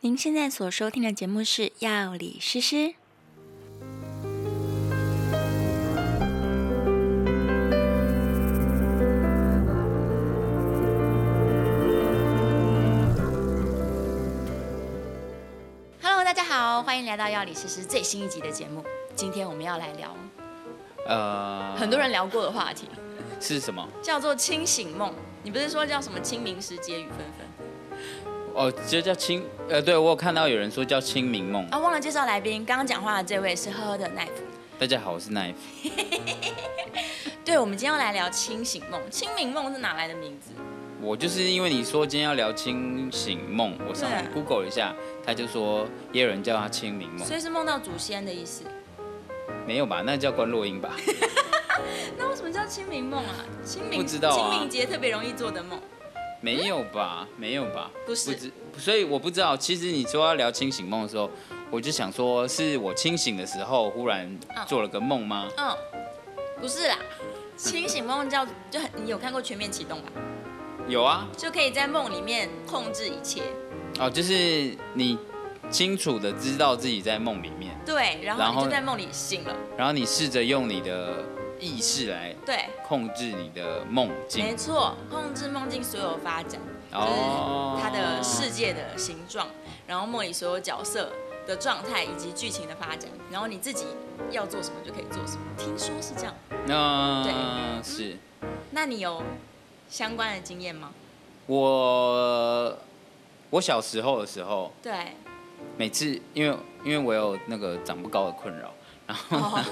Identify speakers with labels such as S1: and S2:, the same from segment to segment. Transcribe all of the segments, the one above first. S1: 您现在所收听的节目是《药理诗诗》。Hello，大家好，欢迎来到《药理诗诗》最新一集的节目。今天我们要来聊
S2: 呃，
S1: 很多人聊过的话题，
S2: 是什么？
S1: 叫做清醒梦。你不是说叫什么清明时节雨纷纷？
S2: 哦，这叫清呃，对我有看到有人说叫清明梦。
S1: 啊，忘了介绍来宾，刚刚讲话的这位是呵呵的奈夫。
S2: 大家好，我是 Knife。
S1: 对，我们今天要来聊清醒梦。清明梦是哪来的名字？
S2: 我就是因为你说今天要聊清醒梦，我上网
S1: 对
S2: Google 一下，他就说也有人叫他清明梦
S1: 所，以是梦到祖先的意思。
S2: 没有吧？那叫关落 音吧？
S1: 那为什么叫清明梦啊？清明
S2: 不知道啊
S1: 清明节特别容易做的梦。
S2: 没有吧？没有吧？
S1: 不是
S2: 知所以我不知道。其实你说要聊清醒梦的时候，我就想说，是我清醒的时候忽然
S1: 嗯
S2: 做了个梦吗？
S1: 嗯，不是啦，清醒梦叫就很，你有看过《全面启动》吧？嗯
S2: 有啊，
S1: 就可以在梦里面控制一切。
S2: 哦，就是你清楚的知道自己在梦里面。
S1: 对，然后
S2: 然
S1: 你
S2: 后
S1: 就在梦里醒了。
S2: 然后你试着用你的意识来
S1: 对，
S2: 控制你的梦
S1: 没
S2: 境，
S1: 错，控制梦境所有发展。
S2: 哦
S1: 就是它的世界的形状，然后梦里所有角色的状态以及剧情的发展，然后你自己要做什么就可以做什么。听说是这样，
S2: 那是
S1: 那你有相关的经验吗？
S2: 我我小时候的时候，
S1: 对，
S2: 每次因为因为我有那个长不高的困扰，然后
S1: 哦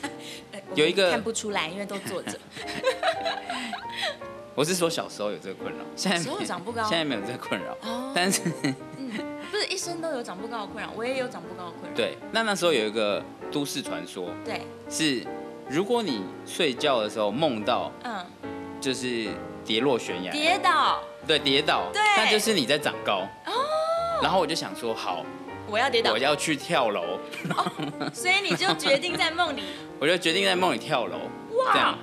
S1: 呃我们
S2: 有一个
S1: 看不出来，因为都坐 着。
S2: 我是说小时候有这个困扰，现在没
S1: 小时候长不高
S2: 现在没有这个困扰，
S1: 哦，
S2: 但是
S1: 不是一生都有长不高的困扰，我也有长不高的困扰。
S2: 对，那那时候有一个都市传说
S1: 对，
S2: 是，如果你睡觉的时候梦到
S1: 嗯，
S2: 就是跌落悬崖，
S1: 跌倒，
S2: 对，跌倒，
S1: 对
S2: 那就是你在长高。然后我就想说，好，
S1: 我要跌倒
S2: 我，要去跳楼，
S1: 所以你就决定在梦里
S2: 我就决定在梦里跳楼。这
S1: 哇
S2: 样，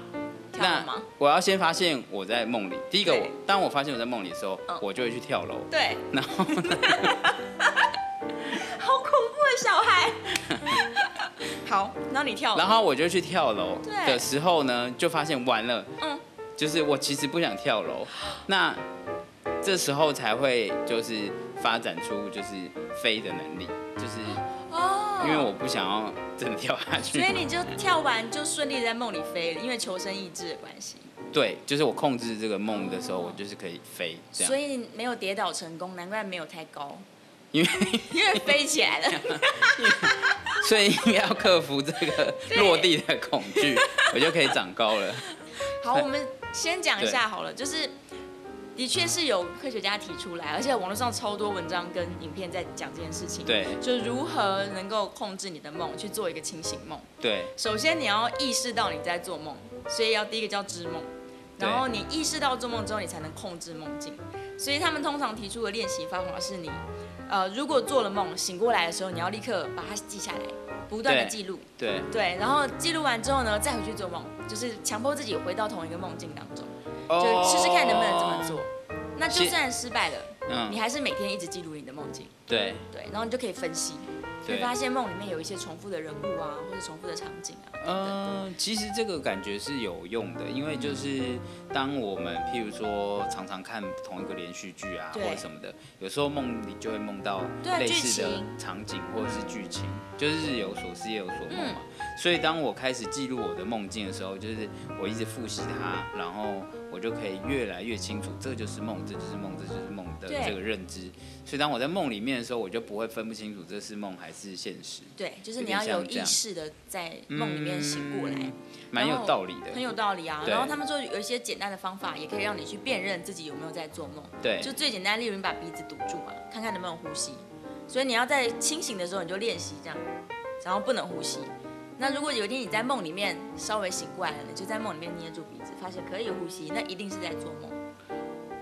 S1: 跳舞吗？
S2: 我要先发现我在梦里。第一个，
S1: 对
S2: 我当我发现我在梦里的时候
S1: 嗯，
S2: 我就会去跳楼。
S1: 对，
S2: 然后，
S1: 好恐怖的小 孩。好，然后你跳，
S2: 然后我就去跳楼
S1: 对
S2: 的时候呢，就发现完了，
S1: 嗯，
S2: 就是我其实不想 跳楼。那这时候才会就是发展出就是飞的能力，就是
S1: 哦，
S2: 因为我不想要真的跳下去
S1: 所。以你就跳完就顺利在梦里飞了，因为求生意志的关系，
S2: 对，就是我控制这个梦的时候，我就是可以飞这样。
S1: 所以没有跌倒成功，难怪没有太高，
S2: 因为
S1: 因为飞起来了。
S2: 所以应该要克服这个落地的恐惧，我就可以长高了。
S1: 好，我们先讲一下好了，就是的确是有科学家提出来，而且网络上超多文章跟影片在讲这件事情。。
S2: 对
S1: 就如何能够控制你的梦，去做一个清醒梦。
S2: 对
S1: 首先你要意识到你在做梦，所以要第一个叫知梦，
S2: 对
S1: 然后你意识到做梦之后，你才能控制梦境。所以他们通常提出的练习方法是你，呃，如果做了梦醒过来的时候，你要立刻把它记下来，不断的
S2: 对
S1: 记录，
S2: 对，
S1: 对，然后记录完之后呢，再回去做梦，就是强迫自己回到同一个梦境当中，
S2: 哦
S1: 就试试看能不能这么做。。那就是算失败了，你
S2: 嗯，
S1: 还是每天一直记录你的梦境，
S2: 对
S1: 对，然后你就可以分析，会
S2: 对。
S1: 发现梦里面有一些重复的人物啊，或者重复的场景啊，等等。
S2: 嗯、其实这个感觉是有用的，因为就是当我们譬如说常常看同一个连续剧啊，或
S1: 对
S2: 者什么的，有时候梦里就会梦到
S1: 对啊
S2: 类
S1: 剧
S2: 似的
S1: 情嗯
S2: 场景或者是剧情，就是日有所思夜有所梦嘛。所以当我开始记录我的梦境的时候，就是我一直复习它，然后我就可以越来越清楚，这就是梦，这就是梦，这就是梦的
S1: 对
S2: 这个认知。所以当我在梦里面的时候，我就不会分不清楚这是梦还是现实。
S1: 对，就是
S2: 有
S1: 你
S2: 点
S1: 要有
S2: 像这
S1: 意
S2: 样
S1: 识的在梦里面醒过来，
S2: 嗯蛮
S1: 然
S2: 有
S1: 后
S2: 道理的，
S1: 很有道理啊。
S2: 对
S1: 然后他们说有一些简单的方法，也可以让你去辨认自己有没有在做梦。
S2: 对，
S1: 就最简单，例如你把鼻子堵住嘛，看看能不能呼吸。所以你要在清醒的时候你就练习这样，然后不能呼吸。那如果有一天你在梦里面稍微醒过来了，你就在梦里面捏住鼻子，发现可以呼吸，那一定是在做梦。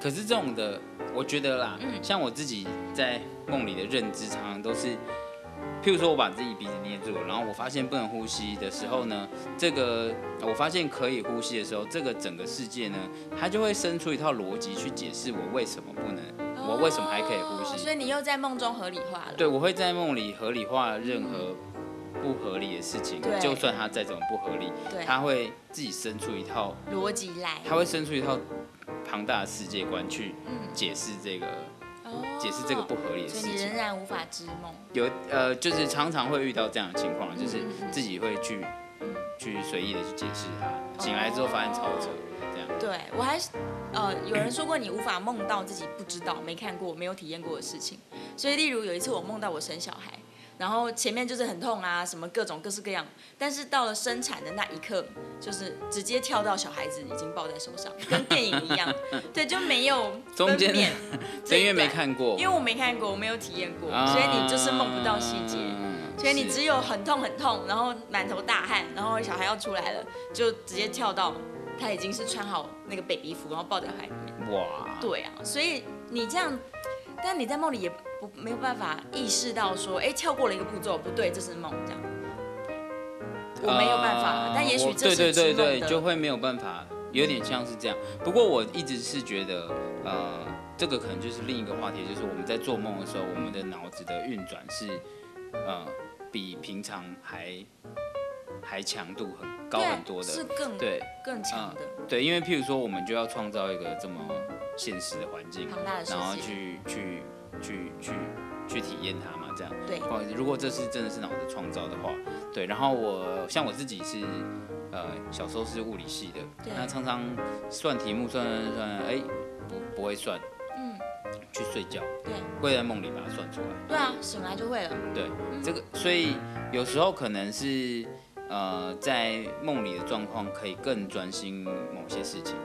S2: 可是这种的，我觉得啦，
S1: 嗯
S2: 像我自己在梦里的认知，常常都是，譬如说我把自己鼻子捏住，然后我发现不能呼吸的时候呢，这个我发现可以呼吸的时候，这个整个世界呢，它就会生出一套逻辑去解释我为什么不能我为什么还可以呼
S1: 哦
S2: 吸
S1: 所以。你又在梦中合理化了。
S2: 对，我会在梦里合理化任何不合理的事情
S1: 嗯对，
S2: 就算它再怎么不合理，
S1: 对，
S2: 它会自己生出一套，
S1: 逻辑来，
S2: 它会生出一套庞大的世界观去
S1: 嗯，
S2: 解释这个
S1: 哦
S2: 解释这个不，合理的
S1: 所
S2: 事
S1: 以你
S2: 情
S1: 仍。然无法知梦。
S2: 有呃，就是常常会遇到这样的情况，就是
S1: 嗯嗯嗯
S2: 自己会去
S1: 嗯
S2: 去随意的去解释它，醒来之后发现超
S1: 哦
S2: 扯，这样。
S1: 对我还是，呃，有人说过你无法梦到自己不知道、没看过、没有体验过的事情。所以，例如有一次我梦到我生小孩，然后前面就是很痛啊，什么各种各式各样，但是到了生产的那一刻，就是直接跳到小孩子已经抱在手上，跟电影一样， 对，就没有分
S2: 中间
S1: 辨。这
S2: 对，
S1: 一
S2: 因为没
S1: 段，
S2: 看过，
S1: 因为我没看过，我没有体验过，
S2: 啊
S1: 所以你就是梦不到细节。
S2: 嗯
S1: 所以你
S2: 是
S1: 只有很痛很痛，然后满头大汗，然后小孩要出来了，就直接跳到他已经是穿好那个 baby 服，然后抱在怀里面。
S2: 哇，
S1: 对啊，所以你这样，但你在梦里也不没有办法意识到说，哎，跳过了一个步骤，不对，这是梦这样。我没有办法，
S2: 呃
S1: 但也
S2: 我
S1: 许这是
S2: 对对
S1: 知
S2: 对
S1: 梦
S2: 对，
S1: 的
S2: 就会没有办法，有点像是这样。不过我一直是觉得，呃，这个可能就是另一个话题，就是我们在做梦的时候，我们的脑子的运转是，呃，比平常还还强度很高
S1: 对
S2: 很多
S1: 是
S2: 的。
S1: 更
S2: 对
S1: 更强的。
S2: 对，因为譬如说，我们就要创造一个这么现实的环境
S1: 庞大的，世界
S2: 然后去去去去去体验它嘛，这样。
S1: 对
S2: 不好意思，如果这是真的是脑子创造的话，对。然后我像我自己是，呃，小时候是物理系的
S1: 对，
S2: 那常常算题目算算算，哎、不不会算，
S1: 嗯，
S2: 去睡觉，
S1: 对
S2: 会在梦里把它算出来。
S1: 对啊，醒来就会了。
S2: 对，这个所以有时候可能是呃，在梦里的状况可以更专心某些事情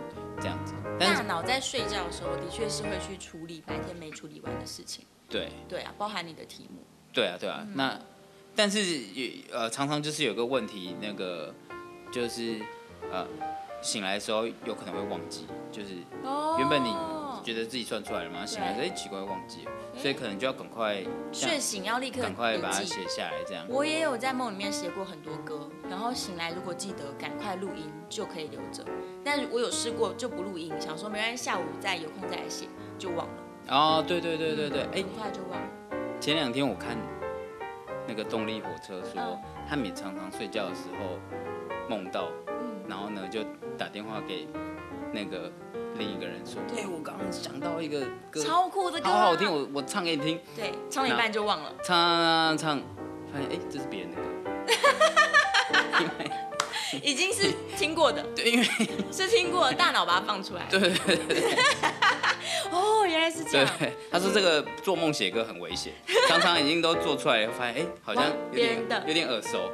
S2: 这样子，但
S1: 大
S2: 是
S1: 脑在睡觉的时候，的确是会去处理白天没处理完的事情。
S2: 对。
S1: 对啊，包含你的题目。
S2: 对啊，对啊，
S1: 嗯
S2: 那但是也呃，常常就是有个问题，那个就是呃，醒来的时候有可能会忘记，就是
S1: 哦
S2: 原本你觉得自己算出来了嘛，醒来
S1: 对
S2: 哎奇怪忘记了，所以可能就要赶快这
S1: 睡
S2: 样
S1: 醒要立刻
S2: 赶快把它
S1: 笔记
S2: 写下来，这样
S1: 我也有在梦里面写过很多歌，然后醒来如果记得，赶快录音就可以留着。但我有试过就不录音，想说没关系，下午再有空再来写，就忘了，
S2: 哦，对对对对对，哎、
S1: 很快就忘了。
S2: 前两天我看那个动力火车
S1: 嗯
S2: 说，他们也常常睡觉的时候梦到，
S1: 嗯，
S2: 然后呢就打电话给那个另一个人说，
S1: 对
S2: 哎，我刚刚想到一个歌，
S1: 超酷的歌、啊
S2: 好好听，。我我唱给你听，
S1: 对，唱了一半就忘了。
S2: 唱唱唱，发现哎、这是别人的歌，嗯
S1: 已经是听过的，
S2: 对，因为
S1: 是听过的，大脑把它放出来。
S2: 对对对
S1: 哦，原来是这
S2: 对
S1: 样。
S2: 对，他说这个做梦写歌很 危险，常常已经都做出来了，发现哎、好像有
S1: 别人
S2: 点
S1: 的
S2: 有点耳熟，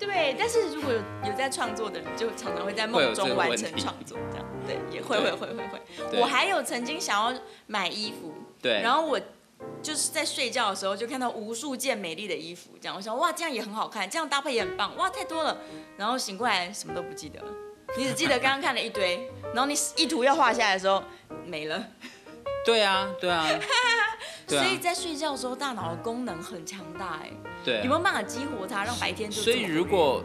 S1: 对，但是如果有有在创作的人，就常常会在梦中完成创作，这样对，也会会
S2: 对
S1: 会会会。
S2: 对
S1: 我还有曾经想要买衣服，
S2: 对，
S1: 然后我就是在睡觉的时候就看到无数件美丽的衣服，这样我想哇，这样也很好看，这样搭配也很棒，哇，太多了。然后醒过来什么都不记得了，你只记得刚刚看了一堆，然后你意图要画下来的时候没了。
S2: 对啊 对啊，对
S1: 所
S2: 啊
S1: 以在睡觉的时候，大脑的功能很强大哎，
S2: 对
S1: 有
S2: 啊
S1: 没有办法激活它，让白天就这
S2: 所以
S1: 么
S2: 如果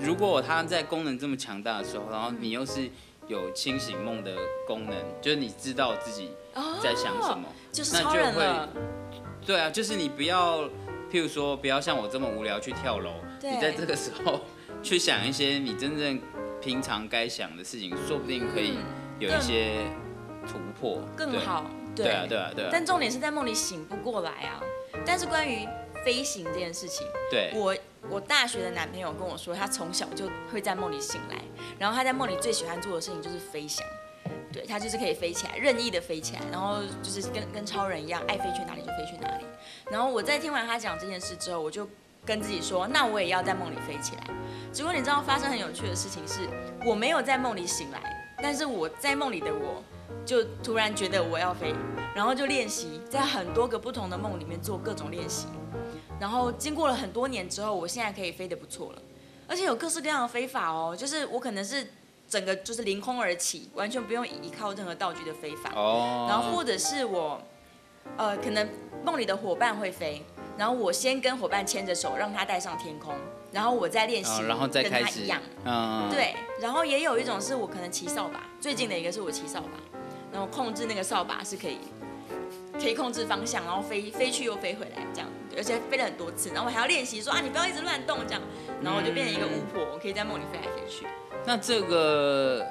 S2: 如果他在功能这么强大的时候，然后你又是有清醒梦的功能，就是你知道自己在想什么，
S1: 哦就是
S2: 那
S1: 超
S2: 就
S1: 人
S2: 会
S1: 了，
S2: 对啊，就是你不要，譬如说不要像我这么无聊去跳楼，
S1: 对
S2: 你在这个时候去想一些你真正平常该想的事情，说不定可以有一些突破，
S1: 更
S2: 对。
S1: 好。
S2: 对啊，对啊，对啊
S1: 但，重点是在梦里醒不过来啊。但是关于飞行这件事情，
S2: 对，
S1: 我我大学的男朋友跟我说，他从小就会在梦里醒来，然后他在梦里最喜欢做的事情就是飞翔。对他就是可以飞起来，任意的飞起来，然后就是跟跟超人一样，爱飞去哪里就飞去哪里。然后我在听完他讲这件事之后，我就跟自己说，那我也要在梦里飞起来。结果你知道发生很有趣的事情是，我没有在梦里醒来，但是我在梦里的我就突然觉得我要飞，然后就练习在很多个不同的梦里面做各种练习。然后经过了很多年之后，我现在可以飞得不错了，而且有各式各样的飞法哦，就是我可能是整个就是凌空而起，完全不用依靠任何道具的飞法，
S2: 哦，
S1: 然后或者是我，呃，可能梦里的伙伴会飞，然后我先跟伙伴牵着手，让他带上天空，然后我再练习，
S2: 哦然后再
S1: 跟他
S2: 开始
S1: 一样，，
S2: 嗯，，
S1: 对，然后也有一种是我可能骑扫把，最近的一个是我骑扫把，然后控制那个扫把是可以可以控制方向，然后飞飞去又飞回来这样，而且飞了很多次，然后我还要练习说啊，你不要一直乱动这样，然后我就变成一个巫婆，我可以在梦里飞来飞去。
S2: 那这个，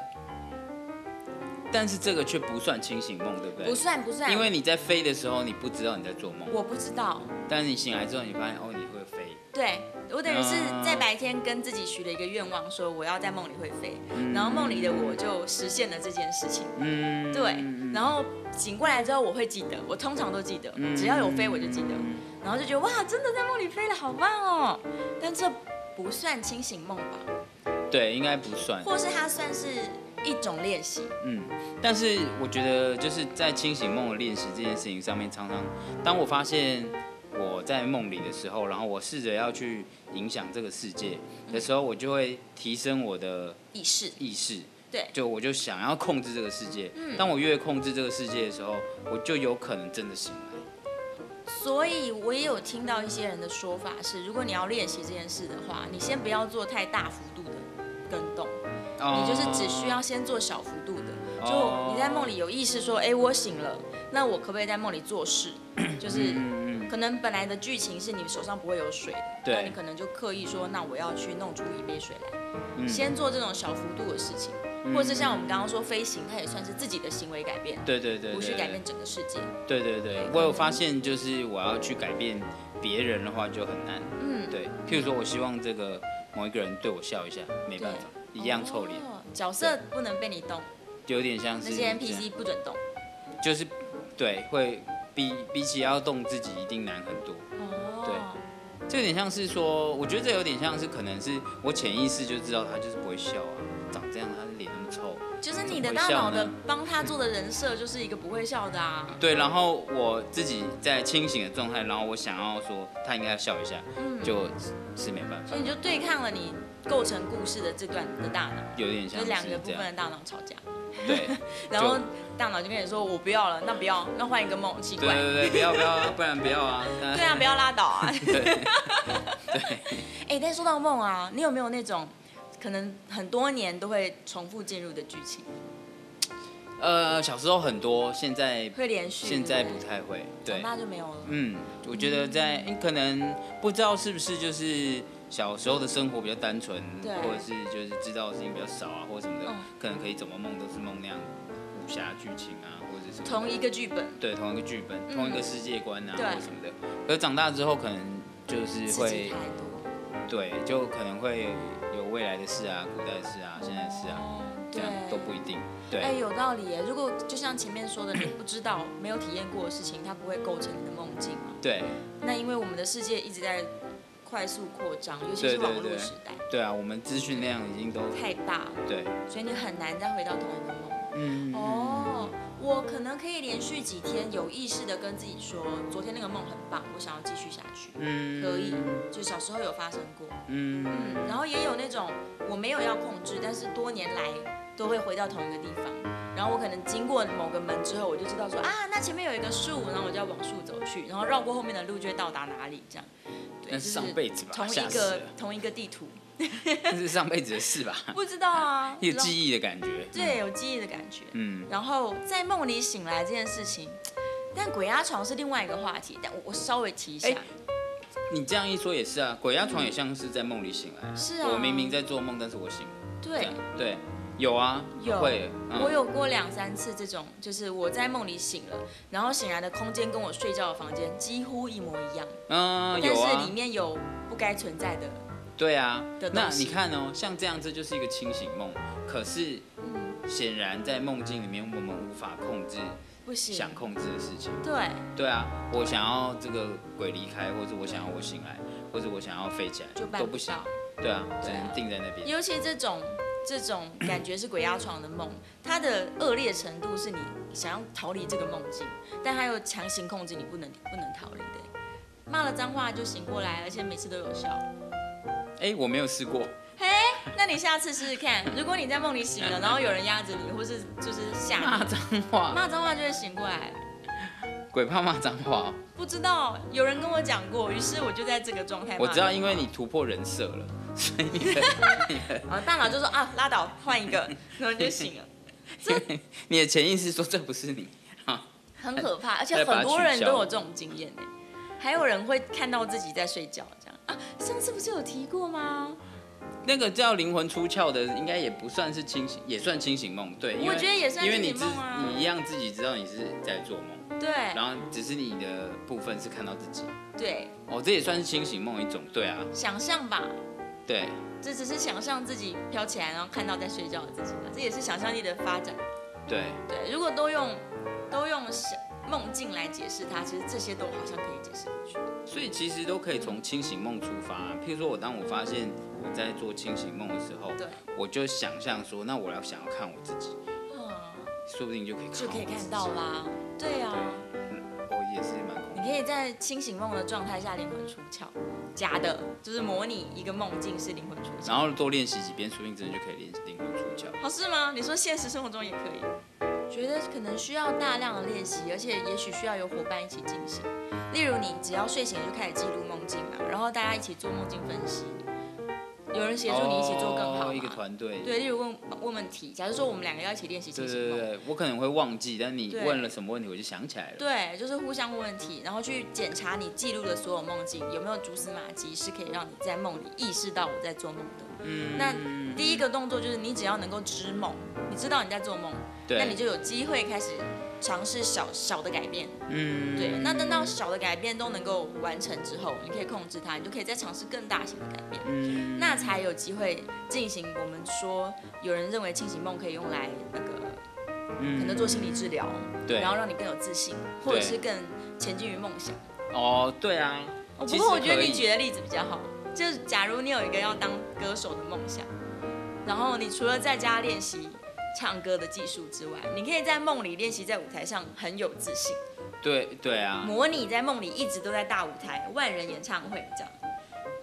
S2: 但是这个却不算清醒梦，对不对？
S1: 不算不算，
S2: 因为你在飞的时候，你不知道你在做梦，
S1: 我不知道，
S2: 但是你醒来之后，你发现哦，你会飞。
S1: 对我等于是
S2: 啊
S1: 在白天跟自己许了一个愿望，说我要在梦里会飞，然后梦里的我就实现了这件事情。
S2: 嗯，
S1: 对，然后醒过来之后我会记得，我通常都记得，
S2: 嗯
S1: 只要有飞我就记得，然后就觉得哇，真的在梦里飞了，好棒哦！但这不算清醒梦吧，
S2: 对，应该不算。
S1: 或是它算是一种练习。
S2: 嗯，但是我觉得就是在清醒梦的练习这件事情上面，常常当我发现我在梦里的时候，然后我试着要去影响这个世界
S1: 嗯
S2: 的时候，我就会提升我的
S1: 意识，
S2: 意识。
S1: 对
S2: 就我就想要控制这个世界。
S1: 嗯
S2: 当我越控制这个世界的时候，我就有可能真的醒来。
S1: 所以我也有听到一些人的说法是，如果你要练习这件事的话，你先不要做太大幅度的跟动，你就是只需要先做小幅度的。
S2: 哦
S1: 就你在梦里有意识说，哎，我醒了，那我可不可以在梦里做事？就是
S2: 嗯，嗯
S1: 可能本来的剧情是你手上不会有水的，
S2: 对
S1: 那你可能就刻意说，那我要去弄出一杯水来，
S2: 嗯
S1: 先做这种小幅度的事情，或是像我们刚刚说飞行，它也算是自己的行为改变，
S2: 对对对，
S1: 不
S2: 对
S1: 去改变。整个世界。
S2: 对对对，我有发现，就是我要去改变别人的话就很难。
S1: 嗯，
S2: 对，譬如说我希望这个某一个人对我笑一下，没办法，一样臭脸，
S1: 哦角色不能被你动，
S2: 就有点像是
S1: 那些
S2: 这样
S1: NPC 不准动。
S2: 就是对，会比比起要动自己一定难很多。
S1: 哦，
S2: 这有点像是说，我觉得这有点像是可能是我潜意识就知道他就是不会笑啊，长这样他的脸那么臭。
S1: 就是你的
S2: 怎么
S1: 大
S2: 会笑
S1: 脑的
S2: 呢
S1: 帮他做的人设就是一个不会笑的 啊。
S2: 对，然后我自己在清醒的状态，然后我想要说他应该要笑一下，
S1: 嗯
S2: 就是是没办法
S1: 所以，你就对抗了你构成故事的这段的大脑，
S2: 有点
S1: 就
S2: 像
S1: 是
S2: 是
S1: 两个部
S2: 这
S1: 分的
S2: 样。
S1: 大脑吵架。
S2: 对，
S1: 然后大脑就跟你说：“我不要了，那不要，那换一个梦，奇
S2: 对
S1: 怪。
S2: 对对，不要不要，不然不要啊。” 那
S1: 对啊，不要拉倒啊！
S2: 对。
S1: 哎，但说到梦啊，你有没有那种可能很多年都会重复进入的剧情，
S2: 呃，小时候很多，现在
S1: 会连续？
S2: 现在
S1: 对
S2: 不
S1: 对
S2: 太会。
S1: 长
S2: 对，
S1: 大就没有了。
S2: 嗯，我觉得在诶可能不知道是不是就是小时候的生活比较单纯，
S1: 对
S2: 或者是就是知道的事情比较少啊，或者什么的
S1: 嗯，
S2: 可能可以怎么梦都是梦那样武侠剧情啊，或者是什么
S1: 同一个剧本，
S2: 对同一个剧本、
S1: 嗯
S2: 同一个世界观啊，
S1: 对
S2: 或者什么的。可是长大之后可能就
S1: 刺
S2: 是
S1: 激
S2: 会
S1: 太多。
S2: 对，就可能会有未来的事啊、古代的事啊、现在的事啊，
S1: 哦
S2: 这
S1: 对
S2: 样都不一定。对，
S1: 哎，有道理耶。如果就像前面说的，你不知道、没有体验过的事情，它不会构成你的梦境嘛。
S2: 对。
S1: 那因为我们的世界一直在快速扩张，尤其
S2: 对
S1: 是
S2: 对
S1: 网络
S2: 对
S1: 时代
S2: 对啊，我们资讯量已经都
S1: 太大了，
S2: 对，
S1: 所以你很难再回到同一个梦。
S2: 嗯，
S1: 哦，我可能可以连续几天有意识的跟自己说，昨天那个梦很棒，我想要继续下去。
S2: 嗯
S1: 可以，就小时候有发生过，
S2: 嗯，
S1: 然后也有那种我没有要控制，但是多年来都会回到同一个地方。然后我可能经过某个门之后，我就知道说啊，那前面有一个树，然后我就要往树走去，然后绕过后面的路就会到达哪里这样。对，
S2: 那
S1: 就是是
S2: 上辈子吧
S1: 同
S2: 吓
S1: 一
S2: 死
S1: 个
S2: 了
S1: 同一个地图，
S2: 这是上辈子的事吧？
S1: 不知道啊，
S2: 有记忆的感觉，
S1: 对，有记忆的感觉。
S2: 嗯，
S1: 然后在梦里醒来这件事情，但鬼压床是另外一个话题，但我我稍微提一下。
S2: 哎你这样一说也是啊，鬼压床也像是在梦里醒来，
S1: 是啊
S2: 我明明在做梦，但是我醒了，这
S1: 对
S2: 样，对，有啊，
S1: 有
S2: 会，嗯
S1: 我有过两三次这种，就是我在梦里醒了，然后醒来的空间跟我睡觉的房间几乎一模一样，
S2: 嗯，
S1: 但
S2: 有
S1: 是
S2: 啊
S1: 里，面有不该存在的，
S2: 对啊
S1: 的，东
S2: 那
S1: 西
S2: 你看哦，像这样这就是一个清醒梦，可是
S1: 嗯，
S2: 显然在梦境里面我们无法控制
S1: 不行
S2: 想。控制的事情。
S1: 对，
S2: 对啊，我想要这个鬼离开，或者我想要我醒来，或者我想要飞起来，
S1: 就办
S2: 都
S1: 不
S2: 不行
S1: 到。
S2: 对啊，只
S1: 对啊
S2: 能定在那边。
S1: 尤其这种这种感觉是鬼压床的梦，它的恶劣程度是你想要逃离这个梦境，但它又强行控制你不能不能逃离的。骂了脏话就醒过来，而且每次都有效。
S2: 哎、我没有试过，
S1: 那你下次试试看，如果你在梦里醒了，然后有人压着你，或是就是吓
S2: 骂
S1: 你，
S2: 脏话，
S1: 骂脏话就会醒过来。
S2: 鬼怕骂脏话哦、
S1: 不知道有人跟我讲过，于是我就在这个状态骂脏
S2: 我
S1: 话。
S2: 知道，因为你突破人设了，所以你的
S1: 啊，大脑就说啊，拉倒，换一个，然后你就醒了。
S2: 你的潜意识说这不是你。
S1: 很可怕，而且
S2: 再把它
S1: 很多
S2: 取
S1: 人
S2: 消
S1: 都有这种经验呢。还有人会看到自己在睡觉，这样啊？上次不是有提过吗？
S2: 那个叫灵魂出窍的，应该也不算是清醒，也算清醒梦，对，因
S1: 我
S2: 为
S1: 觉得也算
S2: 因为
S1: 清
S2: 你
S1: 醒
S2: 自嗯
S1: 梦啊
S2: 你一样自己知道你是在做梦，
S1: 对
S2: 然后只是你的部分是看到自己，
S1: 对，
S2: 哦，这也算是清醒梦一种，对啊，
S1: 想象吧，
S2: 对，
S1: 这只是想象自己飘起来，然后看到在睡觉的自己嘛，这也是想象力的发展。
S2: 对，
S1: 对，如果都用都用想梦境来解释它，其实这些都好像可以解释过去。
S2: 所以其实都可以从清醒梦出发、啊譬如说我当我发现我在做清醒梦的时候，
S1: 对，
S2: 我就想象说，那我要想要看我自己，啊
S1: 嗯，
S2: 说不定就可以看
S1: 就可以
S2: 我自
S1: 看
S2: 己
S1: 到啦。对呀、啊，
S2: 我也是蛮恐
S1: 你可以在清醒梦的状态下灵魂出窍，假的，就是模拟一个梦境是灵魂出
S2: 怖，
S1: 窍。
S2: 然后多练习几遍，说不定真的就可以练灵魂出窍。
S1: 好是吗？你说现实生活中也可以？觉得可能需要大量的练习，而且也许需要有伙伴一起进行。例如，你只要睡醒就开始记录梦境嘛，然后大家一起做梦境分析，有人协助你一起做更好、
S2: 哦
S1: 嘛。
S2: 一个团队。
S1: 对，例如问问问题，假如说我们两个要一起练习
S2: 对
S1: 清醒
S2: 对
S1: 梦，
S2: 对，我可能会忘记，但你
S1: 对
S2: 问了什么问题，我就想起来了。
S1: 对，就是互相问问题，然后去检查你记录的所有梦境有没有蛛丝马迹是可以让你在梦里意识到我在做梦的。
S2: 嗯
S1: 那第一个动作就是你只要能够知梦，你知道你在做梦，
S2: 对，
S1: 那你就有机会开始尝试小小的改变。
S2: 嗯
S1: 对，那等到小的改变都能够完成之后，你可以控制它，你就可以再尝试更大型的改变。
S2: 嗯
S1: 那才有机会进行我们说，有人认为清醒梦可以用来那个，可能做心理治疗，
S2: 对
S1: 然后让你更有自信，或者是更前进于梦想。
S2: 哦，对啊。
S1: 哦，
S2: 其
S1: 不
S2: 实
S1: 过我觉得
S2: 可以
S1: 你举的例子比较好，就是假如你有一个要当歌手的梦想，然后你除了在家练习唱歌的技术之外，你可以在梦里练习在舞台上很有自信，
S2: 对对啊，
S1: 模拟在梦里一直都在大舞台万人演唱会这样。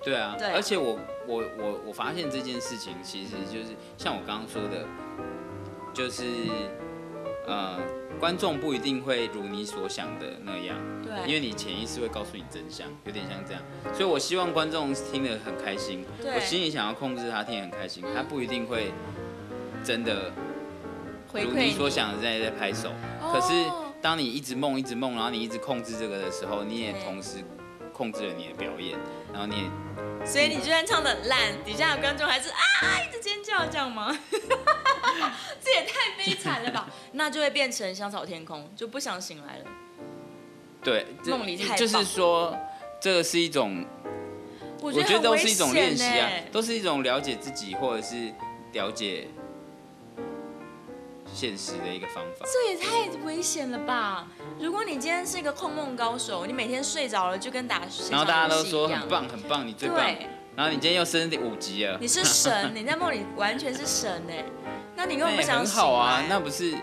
S2: 对啊，
S1: 对啊
S2: 而且我我我我发现这件事情，其实就是像我刚刚说的，就是呃，观众不一定会如你所想的那样，因
S1: 对，
S2: 为你潜意识会告诉你真相，有点像这样。所以我希望观众听得很开心，
S1: 对
S2: 我心里想要控制他听得很开心，他不一定会真的
S1: 回
S2: 如
S1: 馈
S2: 你哦
S1: 你哦
S2: 所想的在在拍手。可是当你一直梦一直梦，然后你一直控制这个的时候，你也
S1: 对
S2: 同时控制了你的表演，然后你也
S1: 所以你就算唱的很烂，底下的观众还是啊一直尖叫这样吗？ 这也太悲惨了吧！ 那就会变成香草天空，就不想醒来了。
S2: 对这
S1: 梦里太棒
S2: 就是说。这个是一种，
S1: 我
S2: 我觉得
S1: 很
S2: 都
S1: 危
S2: 是一种练习啊
S1: 险欸，
S2: 都是一种了解自己或者是了解现实的一个方法。
S1: 这也太危险了吧！如果你今天是一个控梦高手，你每天睡着了就跟打睡
S2: 然后
S1: 着
S2: 大家
S1: 游
S2: 都
S1: 戏
S2: 说
S1: 一样
S2: 很。棒很棒，你最棒。
S1: 对，
S2: 然后你今天又升五级了，
S1: 你是神，你在梦里完全是神哎，那你根
S2: 那
S1: 本不哎
S2: 也
S1: 想
S2: 很
S1: 醒
S2: 好啊
S1: 来。。
S2: 那不是？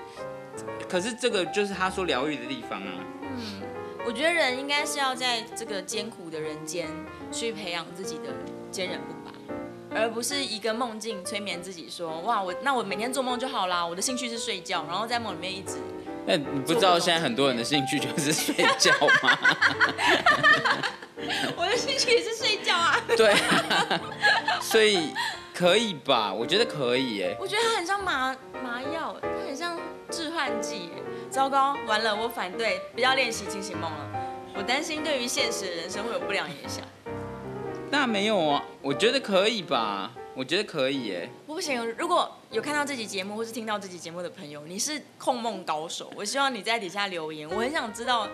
S2: 可是这个就是他说疗愈的地方啊。
S1: 我觉得人应该是要在这个艰苦的人间去培养自己的坚韧不拔，而不是一个梦境催眠自己说，哇，我那我每天做梦就好啦，我的兴趣是睡觉，然后在梦里面一 直
S2: 那你不知道现在很多人的兴趣就是睡觉吗？
S1: 我的兴趣也是睡觉啊。
S2: 对啊，所以可以吧？我觉得可以耶。
S1: 我觉得它很像麻麻药，它很像致幻剂。糟糕，完了，我反对，不要练习清醒梦了。我担心对于现实的人生会有不良影响。
S2: 那没有啊，我觉得可以吧？我觉得可以耶。
S1: 不行，如果有看到这期节目或是听到这期节目的朋友，你是控梦高手，我希望你在底下留言，我很想知道，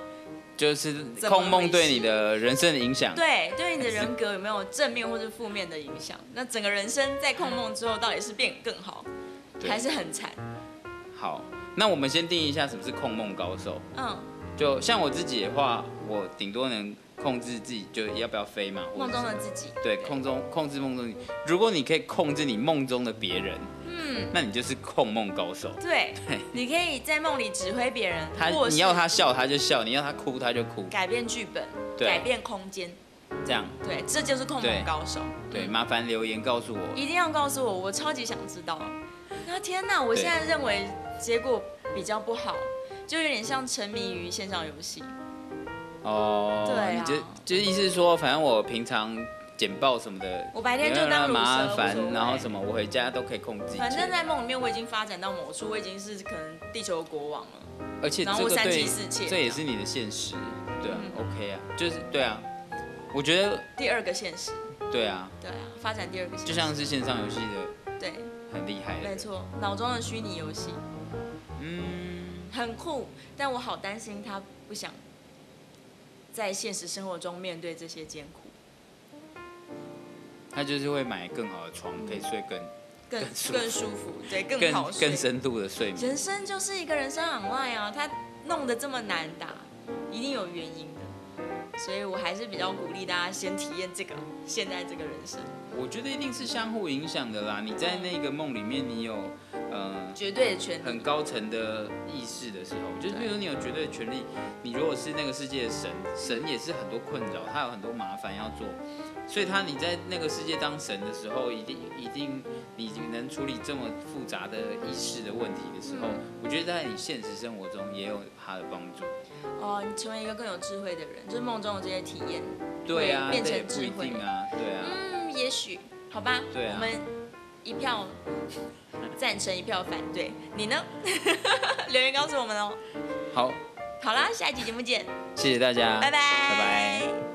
S2: 就是
S1: 怎么
S2: 控梦对你的人生的影响。
S1: 对，对你的人格有没有正面或是负面的影响？那整个人生在控梦之后，到底是变更好，
S2: 对
S1: 还是很惨？
S2: 好，那我们先定义一下什么是控梦高手。
S1: 嗯，
S2: 就像我自己的话，我顶多能控制自己，就要不要飞嘛，或
S1: 梦
S2: 者
S1: 中
S2: 是
S1: 的自己，
S2: 对控中控制梦中你。如果你可以控制你梦中的别人，
S1: 嗯，
S2: 那你就是控梦高手。
S1: 对
S2: 对，
S1: 你可以在梦里指挥别人，
S2: 他
S1: 或是
S2: 你要他笑他就笑，你要他哭他就哭，
S1: 改变剧本，
S2: 对
S1: 改变空间，
S2: 这样
S1: 对，这就是控
S2: 对
S1: 梦高手。嗯
S2: 对。麻烦留言告诉我。
S1: 一定要告诉我，我超级想知道。那天哪，我
S2: 对
S1: 现在认为结果比较不好，就有点像沉迷于线上游戏。
S2: 哦，
S1: 对啊
S2: 你就就是意思是说，反正我平常简报什么的，
S1: 我白天就
S2: 你会让
S1: 当乳蛇
S2: 麻烦
S1: 无所，谓
S2: 然后什么我回家都可以控制一切。
S1: 反正，在梦里面我已经发展到某处，我已经是可能地球的国王了。
S2: 而且
S1: 然后
S2: 这个
S1: 我三
S2: 对
S1: 妻四妾，
S2: 这也是你的现实，对啊、
S1: 嗯
S2: o k 啊，就是对啊，我觉得
S1: 第二个现实。
S2: 对啊，
S1: 对啊，发展第二个现实。
S2: 就像是线上游戏的
S1: 对，
S2: 很厉害的，
S1: 没，错，脑中的虚拟游戏
S2: 嗯，
S1: 很酷，但我好担心他不想在现实生活中面对这些艰苦，
S2: 他就是会买更好的床，可以睡更
S1: 更
S2: 更舒服
S1: 更舒服，对，更好
S2: 更
S1: 睡。
S2: 更深度的睡眠。
S1: 人生就是一个人生 online 啊，他弄得这么难打，一定有原因的，所以我还是比较鼓励大家先体验这个现在这个人生，
S2: 我觉得一定是相互影响的啦。你在那个梦里面，你有呃
S1: 绝对的权利。
S2: 很高层的意识的时候，就是比如你有绝对的权利，你如果是那个世界的神，神也是很多困扰，他有很多麻烦要做，所以他你在那个世界当神的时候，一定一定你能处理这么复杂的意识的问题的时候
S1: 嗯，
S2: 我觉得在你现实生活中也有他的帮助。
S1: 哦，你成为一个更有智慧的人，就是梦中的这些体验。
S2: 对啊，
S1: 会变
S2: 这
S1: 成
S2: 也不一
S1: 智慧
S2: 定啊，对啊。
S1: 嗯，也许，好吧。
S2: 对啊
S1: 我们一票赞成，一票反对。你呢？ 留言告诉我们哦。
S2: 好，
S1: 好啦，下一期节目见，
S2: 谢谢大家，
S1: 拜拜。
S2: 拜拜。